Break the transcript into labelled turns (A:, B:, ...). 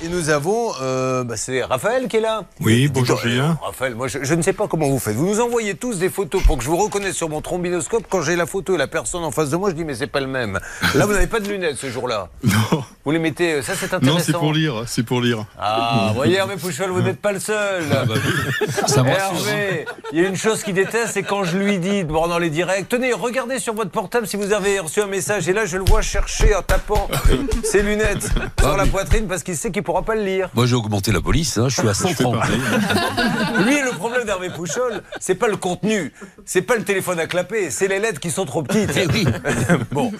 A: Et nous avons, euh, bah, c'est Raphaël qui est là.
B: Oui, bonjour
A: Dites-donc,
B: Julien.
A: euh, Raphaël, moi je, je ne sais pas comment vous faites. Vous nous envoyez tous des photos pour que je vous reconnaisse sur mon trombinoscope. Quand j'ai la photo et la personne en face de moi, je dis mais c'est pas le même. Là, vous n'avez pas de lunettes ce jour-là.
B: Non,
A: Vous les mettez, euh, ça c'est intéressant.
B: non c'est pour lire, c'est pour lire.
A: Ah, voyez Hervé Pouchol, vous n'êtes pas le seul.
B: Ah, bah
C: Ça me rassure.
A: Hervé, il y a une chose qu'il déteste, c'est quand je lui dis pendant les directs, tenez, regardez sur votre portable si vous avez reçu un message. Et là, je le vois chercher en tapant ses lunettes sur la poitrine parce qu'il sait qu'il ne pourra pas le lire.
C: Moi, j'ai augmenté la police, hein, je suis à 100 francs.
A: Lui, le problème d'Hervé Pouchol, c'est pas le contenu, c'est pas le téléphone à clapper, c'est les lettres qui sont trop petites.
C: Eh oui.
A: bon,